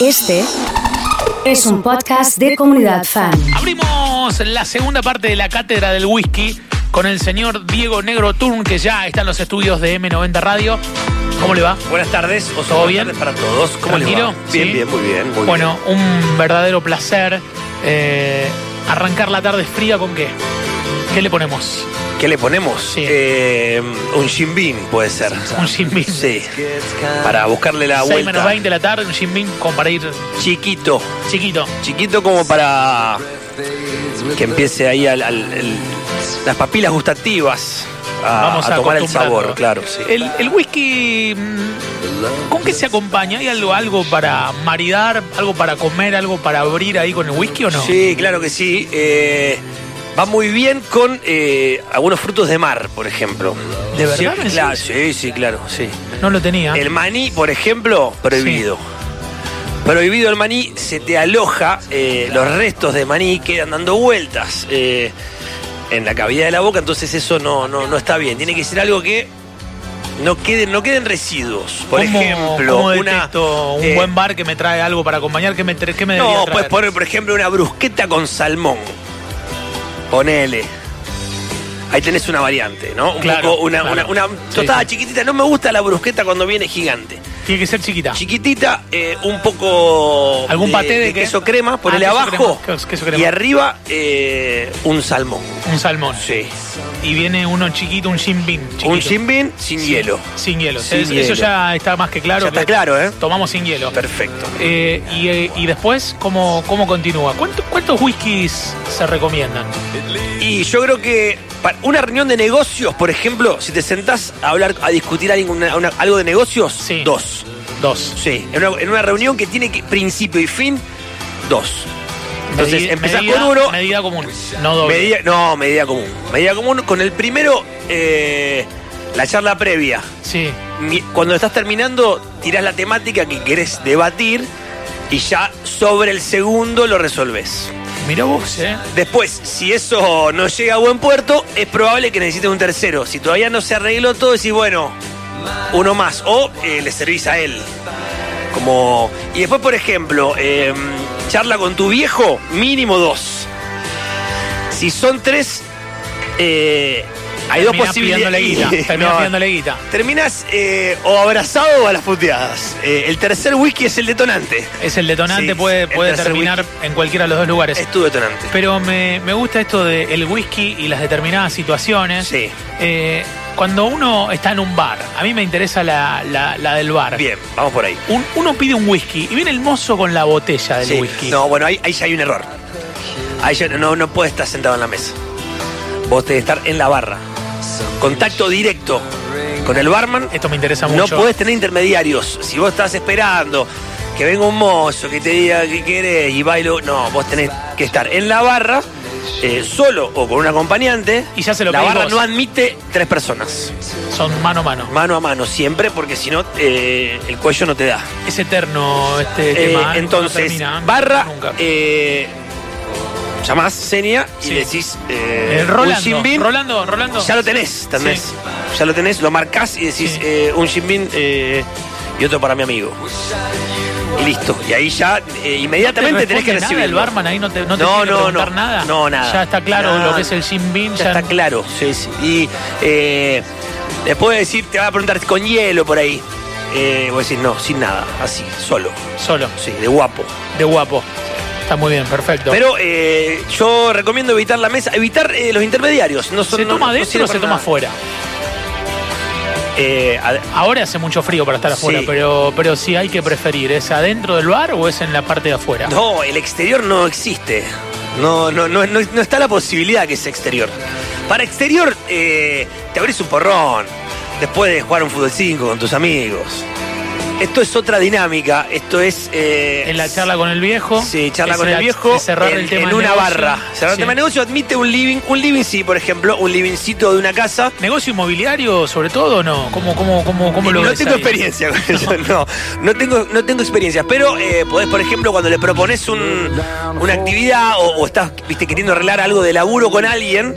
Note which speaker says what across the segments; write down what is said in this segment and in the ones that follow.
Speaker 1: Este es un podcast de comunidad fan.
Speaker 2: Abrimos la segunda parte de la cátedra del whisky con el señor Diego Negro Turn, que ya está en los estudios de M90 Radio. ¿Cómo le va?
Speaker 3: Buenas tardes, o
Speaker 2: ¿Todo bien?
Speaker 3: tardes para todos. ¿Cómo les
Speaker 2: ¿Tranquilo?
Speaker 3: va? Bien,
Speaker 2: Sí.
Speaker 3: bien, muy bien. muy
Speaker 2: Bueno, un verdadero placer eh, arrancar la tarde fría con qué. ¿Qué le ponemos?
Speaker 3: bien. ¿qué le ponemos?
Speaker 2: Sí.
Speaker 3: Eh, un chimbín puede ser.
Speaker 2: Un chimbín.
Speaker 3: Sí. Para buscarle la
Speaker 2: 6 menos
Speaker 3: vuelta.
Speaker 2: 20 de la tarde, un chimbín como para ir
Speaker 3: Chiquito.
Speaker 2: chiquito.
Speaker 3: Chiquito como para que empiece ahí al- al- el- las papilas gustativas a,
Speaker 2: Vamos
Speaker 3: a tomar el
Speaker 2: acostumbrarlo.
Speaker 3: sabor, claro. Sí.
Speaker 2: El, el whisky, mm, ¿con qué se acompaña? ¿Hay algo, algo para maridar, algo para comer, algo para abrir ahí con el whisky o no?
Speaker 3: Sí, claro que sí. Eh, va muy bien con eh, algunos frutos de mar, por ejemplo.
Speaker 2: ¿De verdad
Speaker 3: Sí,
Speaker 2: me decís?
Speaker 3: claro, sí, sí, claro, sí.
Speaker 2: No lo tenía.
Speaker 3: El maní, por ejemplo, prohibido. Prohibido el maní, se te aloja, eh, los restos de maní quedan dando vueltas eh, en la cavidad de la boca, entonces eso no, no, no está bien. Tiene que ser algo que no queden, no queden residuos. Por
Speaker 2: ¿Cómo-
Speaker 3: ejemplo,
Speaker 2: cómo
Speaker 3: una,
Speaker 2: detesto un
Speaker 3: eh,
Speaker 2: buen bar que me trae algo para acompañar? ¿Qué me, tra- qué me debería
Speaker 3: No,
Speaker 2: traer?
Speaker 3: puedes poner, por ejemplo, una brusqueta con salmón. Ponele. Ahí tenés una variante, ¿no? Un
Speaker 2: Claro,
Speaker 3: poco, una,
Speaker 2: claro.
Speaker 3: una- una
Speaker 2: Sí,
Speaker 3: tostada
Speaker 2: sí.
Speaker 3: chiquitita. No me gusta la brusqueta cuando viene gigante.
Speaker 2: Tiene que ser chiquita.
Speaker 3: chiquitita, eh, un poco
Speaker 2: ¿Algún paté de qué? Ah,
Speaker 3: queso crema, ponele
Speaker 2: queso
Speaker 3: abajo
Speaker 2: crema, queso crema.
Speaker 3: y arriba eh, un salmón.
Speaker 2: Un salmón.
Speaker 3: Sí.
Speaker 2: Y viene uno chiquito, un chimbín. chiquito.
Speaker 3: Un chimbín sin hielo.
Speaker 2: Sin hielo.
Speaker 3: Sin
Speaker 2: Es- Eso
Speaker 3: hielo.
Speaker 2: ya está más que claro.
Speaker 3: Ya está
Speaker 2: que
Speaker 3: claro, ¿eh?
Speaker 2: Tomamos sin hielo.
Speaker 3: Perfecto.
Speaker 2: Eh, y, eh, y después, ¿cómo, cómo continúa? ¿Cuánto- ¿Cuántos whiskies se recomiendan?
Speaker 3: Y yo creo que para una reunión de negocios, por ejemplo, si te sentás a hablar, a discutir algo, una- una- algo de negocios,
Speaker 2: Sí.
Speaker 3: dos.
Speaker 2: Dos.
Speaker 3: Sí. En una, en una reunión que tiene que- principio y fin, dos. Entonces
Speaker 2: Medi-
Speaker 3: empezás
Speaker 2: medida-
Speaker 3: con uno,
Speaker 2: Medida común, no doble.
Speaker 3: Medida- no, medida común. Medida común con el primero, eh, la charla previa.
Speaker 2: Sí.
Speaker 3: Mi- Cuando estás terminando, tirás la temática que querés debatir y ya sobre el segundo lo resolvés.
Speaker 2: Mirá vos, ¿eh?
Speaker 3: Después, si eso no llega a buen puerto, es probable que necesites un tercero. Si todavía no se arregló todo, decís, bueno, uno más. O eh, le servís a él. Como... Y después, por ejemplo, eh, charla con tu viejo, mínimo dos. Si son tres, eh, hay dos
Speaker 2: Terminás pidiéndole
Speaker 3: posibilidades.
Speaker 2: guita. Terminás
Speaker 3: No,
Speaker 2: pidiéndole guita.
Speaker 3: Terminás eh, o abrazado o a las puteadas. Eh, el tercer whisky es el detonante.
Speaker 2: Es el detonante,
Speaker 3: Sí,
Speaker 2: puede,
Speaker 3: el
Speaker 2: puede
Speaker 3: tercer
Speaker 2: terminar en cualquiera de los dos lugares.
Speaker 3: Es tu detonante.
Speaker 2: Pero me, me gusta esto del el whisky y las determinadas situaciones.
Speaker 3: Sí.
Speaker 2: Eh, cuando uno está en un bar, a mí me interesa la, la- la del bar.
Speaker 3: Bien, vamos por ahí.
Speaker 2: Un- uno pide un whisky y viene el mozo con la botella del
Speaker 3: Sí.
Speaker 2: whisky.
Speaker 3: No, bueno, ahí, ahí ya hay un error. Ahí ya no, no puedes estar sentado en la mesa. Vos tenés que estar en la barra. Contacto directo con el barman.
Speaker 2: Esto me interesa
Speaker 3: No
Speaker 2: mucho.
Speaker 3: podés tener intermediarios. Si vos estás esperando que venga un mozo, que te diga qué querés y bailo. No, vos tenés que estar en la barra, eh, solo o con un acompañante.
Speaker 2: Y ya se lo
Speaker 3: La
Speaker 2: pedís
Speaker 3: barra
Speaker 2: vos.
Speaker 3: no admite tres personas.
Speaker 2: Son mano a mano.
Speaker 3: Mano a mano siempre, porque si no, eh, el cuello no te da.
Speaker 2: Es eterno este
Speaker 3: Eh,
Speaker 2: tema. ¿eh? No
Speaker 3: entonces,
Speaker 2: termina, ¿eh?
Speaker 3: barra,
Speaker 2: Nunca.
Speaker 3: eh, llamás seña y
Speaker 2: Sí.
Speaker 3: decís eh,
Speaker 2: Eh,
Speaker 3: un
Speaker 2: Rolando,
Speaker 3: chimbín.
Speaker 2: Rolando, Rolando.
Speaker 3: Ya lo tenés, ¿entendés?
Speaker 2: Sí.
Speaker 3: Ya lo tenés, lo marcás y decís
Speaker 2: Sí.
Speaker 3: eh, un chimbín eh, y otro para mi amigo. Y listo. Y ahí ya eh, inmediatamente
Speaker 2: ¿Te
Speaker 3: tenés que
Speaker 2: responde nada
Speaker 3: recibir.
Speaker 2: el barman ahí no te, no te
Speaker 3: No,
Speaker 2: tiene que
Speaker 3: no,
Speaker 2: preguntar
Speaker 3: no.
Speaker 2: nada.
Speaker 3: No, nada.
Speaker 2: Ya está claro
Speaker 3: Nada.
Speaker 2: lo que es el Jim Beam.
Speaker 3: Ya está claro, sí, sí. Y eh, después de decir, te va a preguntar con hielo por ahí. Eh, vos decís, no, sin nada, así, solo.
Speaker 2: Solo,
Speaker 3: Sí, de guapo.
Speaker 2: de guapo. Está muy bien, perfecto.
Speaker 3: Pero eh, yo recomiendo evitar la mesa, evitar eh, los intermediarios. No son-
Speaker 2: ¿Se
Speaker 3: no-
Speaker 2: toma
Speaker 3: no
Speaker 2: dentro
Speaker 3: sirve
Speaker 2: o se
Speaker 3: para
Speaker 2: toma
Speaker 3: nada.
Speaker 2: fuera?
Speaker 3: Eh, ad-
Speaker 2: Ahora hace mucho frío para estar afuera,
Speaker 3: Sí.
Speaker 2: pero, pero sí hay que preferir. ¿Es adentro del bar o es en la parte de afuera?
Speaker 3: no, el exterior no existe. No, no, no, no, no está la posibilidad que sea exterior. Para exterior eh, te abrís un porrón. Después de jugar un fútbol 5 con tus amigos. Esto es otra dinámica. Esto es. eh,
Speaker 2: En la charla con el viejo.
Speaker 3: Sí, charla
Speaker 2: es
Speaker 3: con el
Speaker 2: la-
Speaker 3: viejo
Speaker 2: es Cerrar
Speaker 3: en,
Speaker 2: el tema
Speaker 3: en
Speaker 2: del
Speaker 3: una
Speaker 2: negocio.
Speaker 3: barra. Cerrar
Speaker 2: Sí.
Speaker 3: el tema de negocio admite un living. Un living, sí, por ejemplo, un livingcito de una casa.
Speaker 2: ¿Negocio inmobiliario, sobre todo, o no? ¿Cómo, cómo, cómo, cómo lo
Speaker 3: no
Speaker 2: ves
Speaker 3: tengo
Speaker 2: ahí?
Speaker 3: experiencia con eso, no. No tengo, no tengo experiencia. Pero eh, podés, por ejemplo, cuando le propones un- una actividad o, o estás viste, queriendo arreglar algo de laburo con alguien,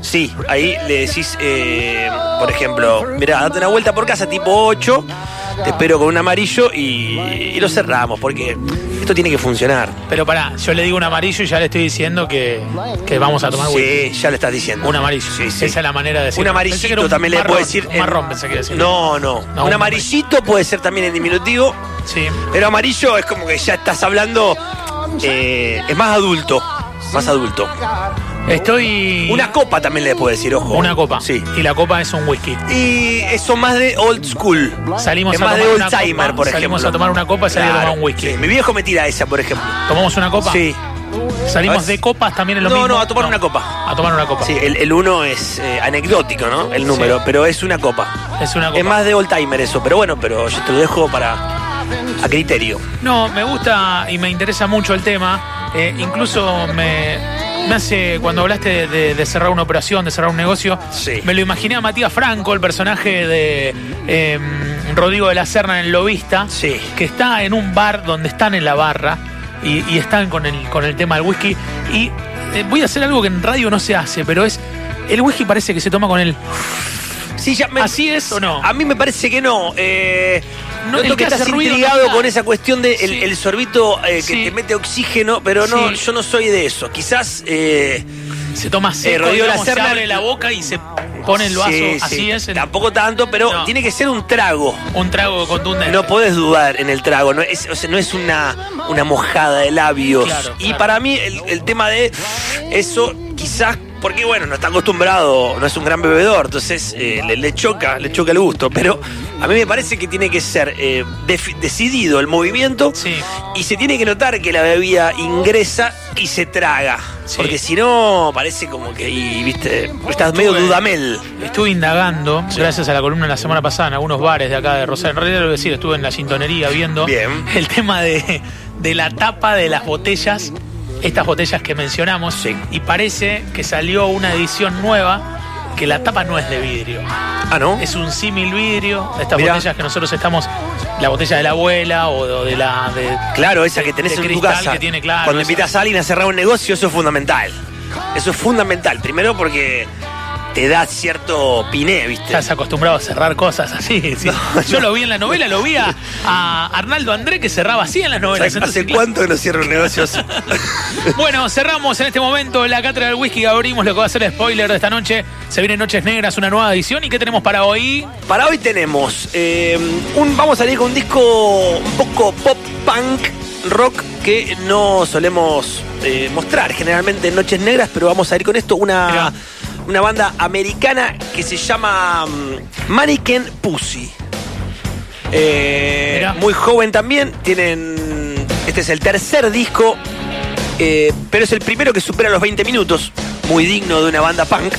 Speaker 3: sí, ahí le decís, eh, por ejemplo, mirá, date una vuelta por casa tipo 8, te espero con un amarillo y, y lo cerramos, porque esto tiene que funcionar.
Speaker 2: Pero pará, yo le digo un amarillo y ya le estoy diciendo que, que vamos a tomar whisky.
Speaker 3: Sí, ya le estás diciendo.
Speaker 2: Un amarillo.
Speaker 3: Sí, sí.
Speaker 2: Esa es la manera de decirlo.
Speaker 3: Un
Speaker 2: Pensé que era
Speaker 3: amarillito
Speaker 2: un
Speaker 3: también le
Speaker 2: marrón,
Speaker 3: puedo decir.
Speaker 2: Un
Speaker 3: en-
Speaker 2: marrón pensé que decía.
Speaker 3: No, no.
Speaker 2: No,
Speaker 3: un
Speaker 2: un
Speaker 3: amarillito puede ser también en diminutivo,
Speaker 2: Sí.
Speaker 3: pero amarillo es como que ya estás hablando. eh, es más adulto. Más adulto.
Speaker 2: Estoy.
Speaker 3: Una copa también le puedo decir, ojo.
Speaker 2: Una copa.
Speaker 3: Sí.
Speaker 2: Y la copa es un whisky.
Speaker 3: Y eso más de old school.
Speaker 2: Salimos
Speaker 3: Es
Speaker 2: a
Speaker 3: más
Speaker 2: tomar
Speaker 3: de
Speaker 2: una
Speaker 3: Alzheimer,
Speaker 2: copa,
Speaker 3: por
Speaker 2: Salimos
Speaker 3: ejemplo.
Speaker 2: a tomar una copa y salimos a tomar un whisky.
Speaker 3: Sí, Mi viejo me tira esa, por ejemplo.
Speaker 2: ¿Tomamos una copa?
Speaker 3: Sí. Ah,
Speaker 2: ¿Salimos de copas también en lo
Speaker 3: No,
Speaker 2: mismo?
Speaker 3: no, a tomar una copa.
Speaker 2: A tomar una copa.
Speaker 3: Sí, el, el uno es eh, anecdótico, ¿no? El número,
Speaker 2: Sí.
Speaker 3: pero es una copa.
Speaker 2: Es una copa.
Speaker 3: Es más de old timer eso, pero bueno, pero yo te lo dejo para a criterio.
Speaker 2: No, me gusta y me interesa mucho el tema. Eh, incluso me, me hace, cuando hablaste de, de- de cerrar una operación, de cerrar un negocio,
Speaker 3: Sí.
Speaker 2: me lo imaginé a Matías Franco, el personaje de eh, Rodrigo de la Serna en El Lobista,
Speaker 3: Sí.
Speaker 2: que está en un bar donde están en la barra y, y están con el, con el tema del whisky. Y eh, voy a hacer algo que en radio no se hace, pero es... El whisky parece que se toma con el...
Speaker 3: Sí, ya me-
Speaker 2: ¿Así es o no?
Speaker 3: A mí me parece que no. Eh,
Speaker 2: No,
Speaker 3: noto
Speaker 2: el
Speaker 3: que
Speaker 2: que
Speaker 3: estás
Speaker 2: hace ruido no
Speaker 3: intrigado
Speaker 2: está.
Speaker 3: con esa cuestión de el,
Speaker 2: Sí.
Speaker 3: el sorbito eh, que
Speaker 2: Sí.
Speaker 3: te mete oxígeno, pero no,
Speaker 2: Sí.
Speaker 3: yo no soy de eso. Quizás eh,
Speaker 2: Se toma seco,
Speaker 3: Rodrigo de la
Speaker 2: digamos, se
Speaker 3: Serna-
Speaker 2: abre la boca y se pone el vaso.
Speaker 3: Sí,
Speaker 2: Así
Speaker 3: sí.
Speaker 2: es. el-
Speaker 3: Tampoco tanto, pero
Speaker 2: No.
Speaker 3: tiene que ser un trago.
Speaker 2: Un trago contundente.
Speaker 3: No podés dudar en el trago, no es, o sea, no es una, una mojada de labios.
Speaker 2: Claro,
Speaker 3: y
Speaker 2: claro.
Speaker 3: para mí el, el tema de eso, quizás, porque bueno, no está acostumbrado, no es un gran bebedor, entonces eh, le, le choca, le choca el gusto. Pero a mí me parece que tiene que ser eh, defi- decidido el movimiento
Speaker 2: Sí.
Speaker 3: y se tiene que notar que la bebida ingresa y se traga.
Speaker 2: Sí.
Speaker 3: Porque si no, parece como que, y, viste, estás medio
Speaker 2: Estuve-
Speaker 3: dudamel.
Speaker 2: Estuve indagando, gracias a la columna la semana pasada, en algunos bares de acá de Rosario. En realidad, lo que decir, estuve en la sintonería viendo
Speaker 3: Bien.
Speaker 2: el tema de, de la tapa de las botellas, estas botellas que mencionamos.
Speaker 3: Sí.
Speaker 2: Y parece que salió una edición nueva que la tapa no es de vidrio.
Speaker 3: Ah, ¿no?
Speaker 2: Es un símil vidrio, estas
Speaker 3: Mirá.
Speaker 2: botellas que nosotros estamos, la botella de la abuela o de, o de la. de-
Speaker 3: Claro, esa que
Speaker 2: de-
Speaker 3: tenés
Speaker 2: de
Speaker 3: en tu
Speaker 2: cristal
Speaker 3: casa.
Speaker 2: que tiene, claro,
Speaker 3: Cuando
Speaker 2: esa.
Speaker 3: invitas a alguien a cerrar un negocio, eso es fundamental. Eso es fundamental. Primero porque te da cierto piné, ¿viste?
Speaker 2: Estás acostumbrado a cerrar cosas así. sí. Yo lo vi en la novela, lo vi a, a Arnaldo André que cerraba así en las novelas.
Speaker 3: ¿Hace
Speaker 2: Entonces, claro,
Speaker 3: cuánto que no cierro un negocio así?
Speaker 2: Bueno, cerramos en este momento la cátedra del whisky. Abrimos lo que va a ser el spoiler de esta noche. Se vienen Noches Negras, una nueva edición. ¿Y qué tenemos para hoy?
Speaker 3: Para hoy tenemos eh, un. Vamos a salir con un disco un poco pop punk rock que no solemos eh, mostrar generalmente en Noches Negras, pero vamos a ir con esto. Una,
Speaker 2: Mirá.
Speaker 3: una banda americana que se llama mm, Mannequin Pussy. Eh,
Speaker 2: Mirá.
Speaker 3: muy joven también. Tienen. Este es el tercer disco. eh, pero es el primero que supera los 20 minutos. Muy digno de una banda punk.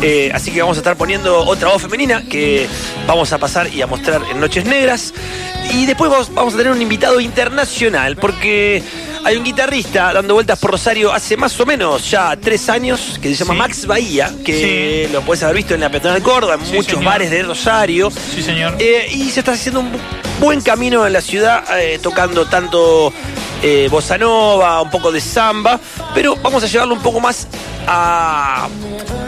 Speaker 3: Eh, así que vamos a estar poniendo otra voz femenina que vamos a pasar y a mostrar en Noches Negras. Y después vamos, vamos a tener un invitado internacional porque hay un guitarrista dando vueltas por Rosario hace más o menos ya tres años que se llama
Speaker 2: Sí.
Speaker 3: Max Bahía, que lo puedes haber visto en la Peatonal Córdoba, en
Speaker 2: Sí,
Speaker 3: muchos
Speaker 2: señor.
Speaker 3: bares de Rosario.
Speaker 2: Sí, señor.
Speaker 3: Eh, y se está haciendo un bu- buen camino en la ciudad, eh, tocando tanto eh, bossa nova, un poco de samba, pero vamos a llevarlo un poco más a,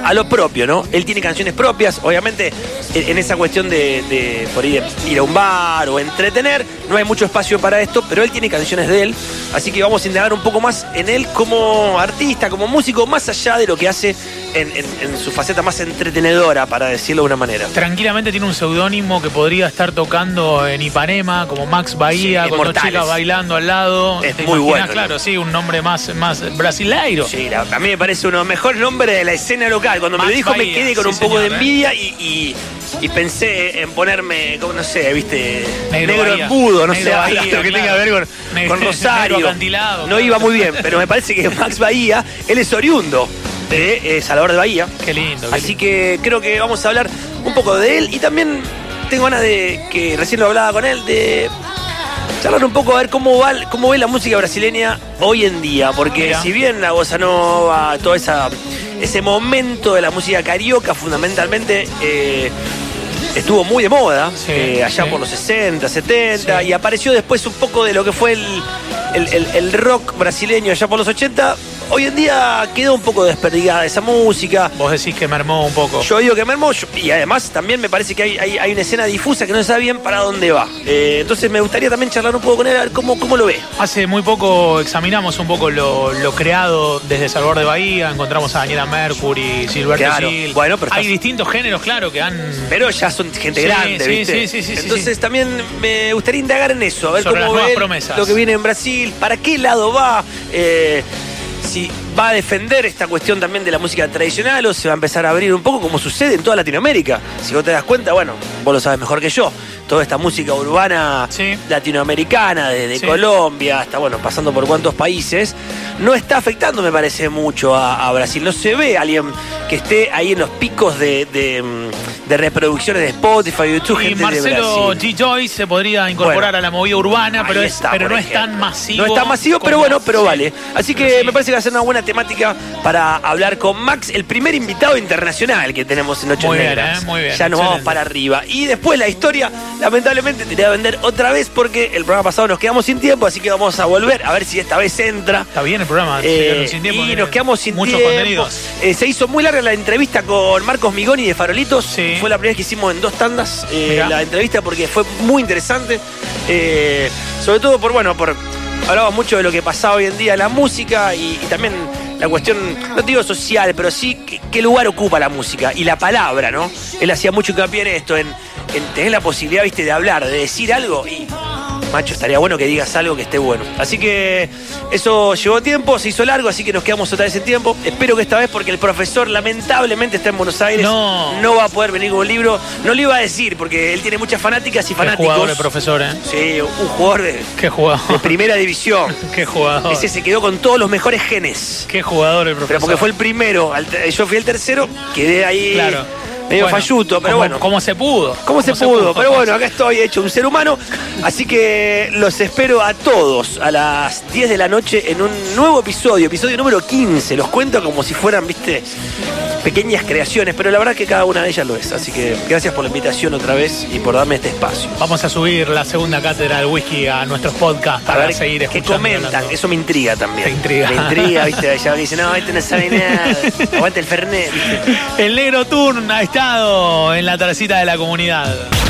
Speaker 3: a lo propio, ¿no? Él tiene canciones propias, obviamente en, en esa cuestión de, de por ahí de ir a un bar o entretener, no hay mucho espacio para esto, pero él tiene canciones de él, así que vamos a indagar un poco más en él como artista, como músico, más allá de lo que hace en, en- en su faceta más entretenedora, para decirlo de una manera.
Speaker 2: Tranquilamente tiene un seudónimo que podría estar tocando en Ipanema, como Max Bahía,
Speaker 3: Sí,
Speaker 2: con dos
Speaker 3: Inmortales.
Speaker 2: chicas bailando al lado.
Speaker 3: Es
Speaker 2: ¿Te
Speaker 3: muy
Speaker 2: imaginas?
Speaker 3: bueno, ¿no?
Speaker 2: Claro, sí, un nombre más, más brasileiro.
Speaker 3: Sí, la- a mí me parece uno de los mejores nombres de la escena local. Cuando me lo
Speaker 2: Max
Speaker 3: dijo me
Speaker 2: Bahía,
Speaker 3: quedé con
Speaker 2: sí,
Speaker 3: un poco de
Speaker 2: señor, ¿eh?
Speaker 3: envidia y, y- y pensé en ponerme, como no sé, viste, negro,
Speaker 2: Negro Bahía.
Speaker 3: embudo, no
Speaker 2: Negro
Speaker 3: sé,
Speaker 2: Bahía,
Speaker 3: algo que
Speaker 2: claro.
Speaker 3: tenga que ver con,
Speaker 2: Negro-
Speaker 3: con Rosario.
Speaker 2: negro acantilado,
Speaker 3: no
Speaker 2: claro.
Speaker 3: iba muy bien, pero me parece que Max Bahía, él es oriundo de eh, Salvador de Bahía.
Speaker 2: Qué lindo. qué
Speaker 3: Así que creo que vamos a hablar un poco de él y también tengo ganas de que recién lo hablaba con él de charlar un poco a ver cómo va cómo ve la música brasileña hoy en día, porque
Speaker 2: Mirá.
Speaker 3: si bien la bossa nova, todo esa ese momento de la música carioca fundamentalmente eh, estuvo muy de moda
Speaker 2: Sí,
Speaker 3: eh, allá
Speaker 2: sí.
Speaker 3: por los 60, 70
Speaker 2: Sí.
Speaker 3: y apareció después un poco de lo que fue el, el- el- el rock brasileño allá por los 80 hoy en día queda un poco desperdigada esa música.
Speaker 2: Vos decís que mermó un poco.
Speaker 3: Yo digo que mermo, yo- y además también me parece que hay, hay- hay una escena difusa que no se sabe bien para dónde va. Eh, entonces me gustaría también charlar un poco con él, a ver cómo, cómo lo ve.
Speaker 2: Hace muy poco examinamos un poco lo, lo creado desde Salvador de Bahía, encontramos a Daniela Mercury, Silverto
Speaker 3: Claro.
Speaker 2: Gil.
Speaker 3: Bueno, pero
Speaker 2: Hay
Speaker 3: estás-
Speaker 2: distintos géneros, claro, que han...
Speaker 3: Pero ya son gente
Speaker 2: Sí,
Speaker 3: grande,
Speaker 2: sí,
Speaker 3: ¿viste?
Speaker 2: sí, sí, sí, sí,
Speaker 3: Entonces también me gustaría indagar en eso, a ver
Speaker 2: Sobre las
Speaker 3: cómo
Speaker 2: nuevas
Speaker 3: ve él
Speaker 2: promesas.
Speaker 3: lo que viene en Brasil, para qué lado va, eh, si va a defender esta cuestión también de la música tradicional o se va a empezar a abrir un poco como sucede en toda Latinoamérica. Si vos te das cuenta, bueno, vos lo sabes mejor que yo, toda esta música urbana
Speaker 2: Sí.
Speaker 3: latinoamericana, desde
Speaker 2: Sí.
Speaker 3: Colombia hasta, bueno, pasando por cuantos países, no está afectando, me parece, mucho a, a Brasil. No se ve alguien que esté ahí en los picos de, de, mm, de reproducciones de Spotify, YouTube,
Speaker 2: Y
Speaker 3: gente
Speaker 2: Marcelo
Speaker 3: de Brasil.
Speaker 2: G. Joyce se podría incorporar
Speaker 3: Bueno.
Speaker 2: a la movida urbana,
Speaker 3: Ahí
Speaker 2: Ah, pero, es,
Speaker 3: está,
Speaker 2: pero
Speaker 3: por
Speaker 2: no es tan
Speaker 3: ejemplo.
Speaker 2: masivo.
Speaker 3: No es tan masivo, pero
Speaker 2: como-
Speaker 3: bueno, pero
Speaker 2: sí.
Speaker 3: vale. Así
Speaker 2: Pero
Speaker 3: que
Speaker 2: sí.
Speaker 3: me parece que va a ser una buena temática para hablar con Max, el primer invitado internacional que tenemos en Noche
Speaker 2: Muy bien,
Speaker 3: Negras.
Speaker 2: ¿eh? Muy bien,
Speaker 3: Ya nos vamos
Speaker 2: excelente.
Speaker 3: para arriba. Y después la historia, lamentablemente, te la voy a vender otra vez porque el programa pasado nos quedamos sin tiempo, así que vamos a volver a ver si esta vez entra.
Speaker 2: Está bien el programa. se
Speaker 3: Eh,
Speaker 2: quedaron sin tiempo,
Speaker 3: y
Speaker 2: tienen
Speaker 3: nos quedamos sin
Speaker 2: Muchos
Speaker 3: tiempo.
Speaker 2: contenidos.
Speaker 3: Eh, se hizo muy larga la entrevista con Marcos Migoni de Farolitos.
Speaker 2: Sí.
Speaker 3: Fue la primera vez que hicimos en dos tandas eh,
Speaker 2: Mirá.
Speaker 3: la entrevista porque fue muy interesante. Eh, sobre todo por, bueno, por. Hablaba mucho de lo que pasaba hoy en día en la música y, y también la cuestión, no te digo social, pero sí qué, qué lugar ocupa la música y la palabra, ¿no? Él hacía mucho hincapié en esto, en, en tener la posibilidad, viste, de hablar, de decir algo y Macho, estaría bueno que digas algo que esté bueno. Así que eso llevó tiempo, se hizo largo, así que nos quedamos otra vez en tiempo. Espero que esta vez, porque el profesor lamentablemente está en Buenos Aires,
Speaker 2: No.
Speaker 3: va a poder venir con un libro. No le iba a decir, porque él tiene muchas fanáticas y
Speaker 2: Qué jugador
Speaker 3: fanáticos.
Speaker 2: el profesor, ¿eh?
Speaker 3: sí, un jugador de, de
Speaker 2: Qué jugador.
Speaker 3: primera división.
Speaker 2: Qué jugador.
Speaker 3: Ese se quedó con todos los mejores genes.
Speaker 2: Qué jugador el profesor.
Speaker 3: Pero porque fue el primero, al te- yo fui el tercero, quedé ahí
Speaker 2: Claro.
Speaker 3: medio
Speaker 2: Bueno,
Speaker 3: falluto, pero
Speaker 2: como-
Speaker 3: bueno.
Speaker 2: Como se pudo.
Speaker 3: ¿Cómo se pudo? Pero bueno, acá estoy hecho un ser humano. Así que los espero a todos a las 10 de la noche en un nuevo episodio, episodio número 15. Los cuento como si fueran, viste, pequeñas creaciones, pero la verdad que cada una de ellas lo es. Así que gracias por la invitación otra vez y por darme este espacio.
Speaker 2: Vamos a subir la segunda cátedra del whisky a nuestros podcasts
Speaker 3: A
Speaker 2: para
Speaker 3: ver
Speaker 2: seguir
Speaker 3: qué
Speaker 2: escuchando.
Speaker 3: comentan,
Speaker 2: hablando.
Speaker 3: eso me intriga también.
Speaker 2: Te intriga.
Speaker 3: Me intriga, viste, ya dicen, no, este no sabe nada, aguante el Fernet.
Speaker 2: El negro Turn ha estado en la tercita de la comunidad.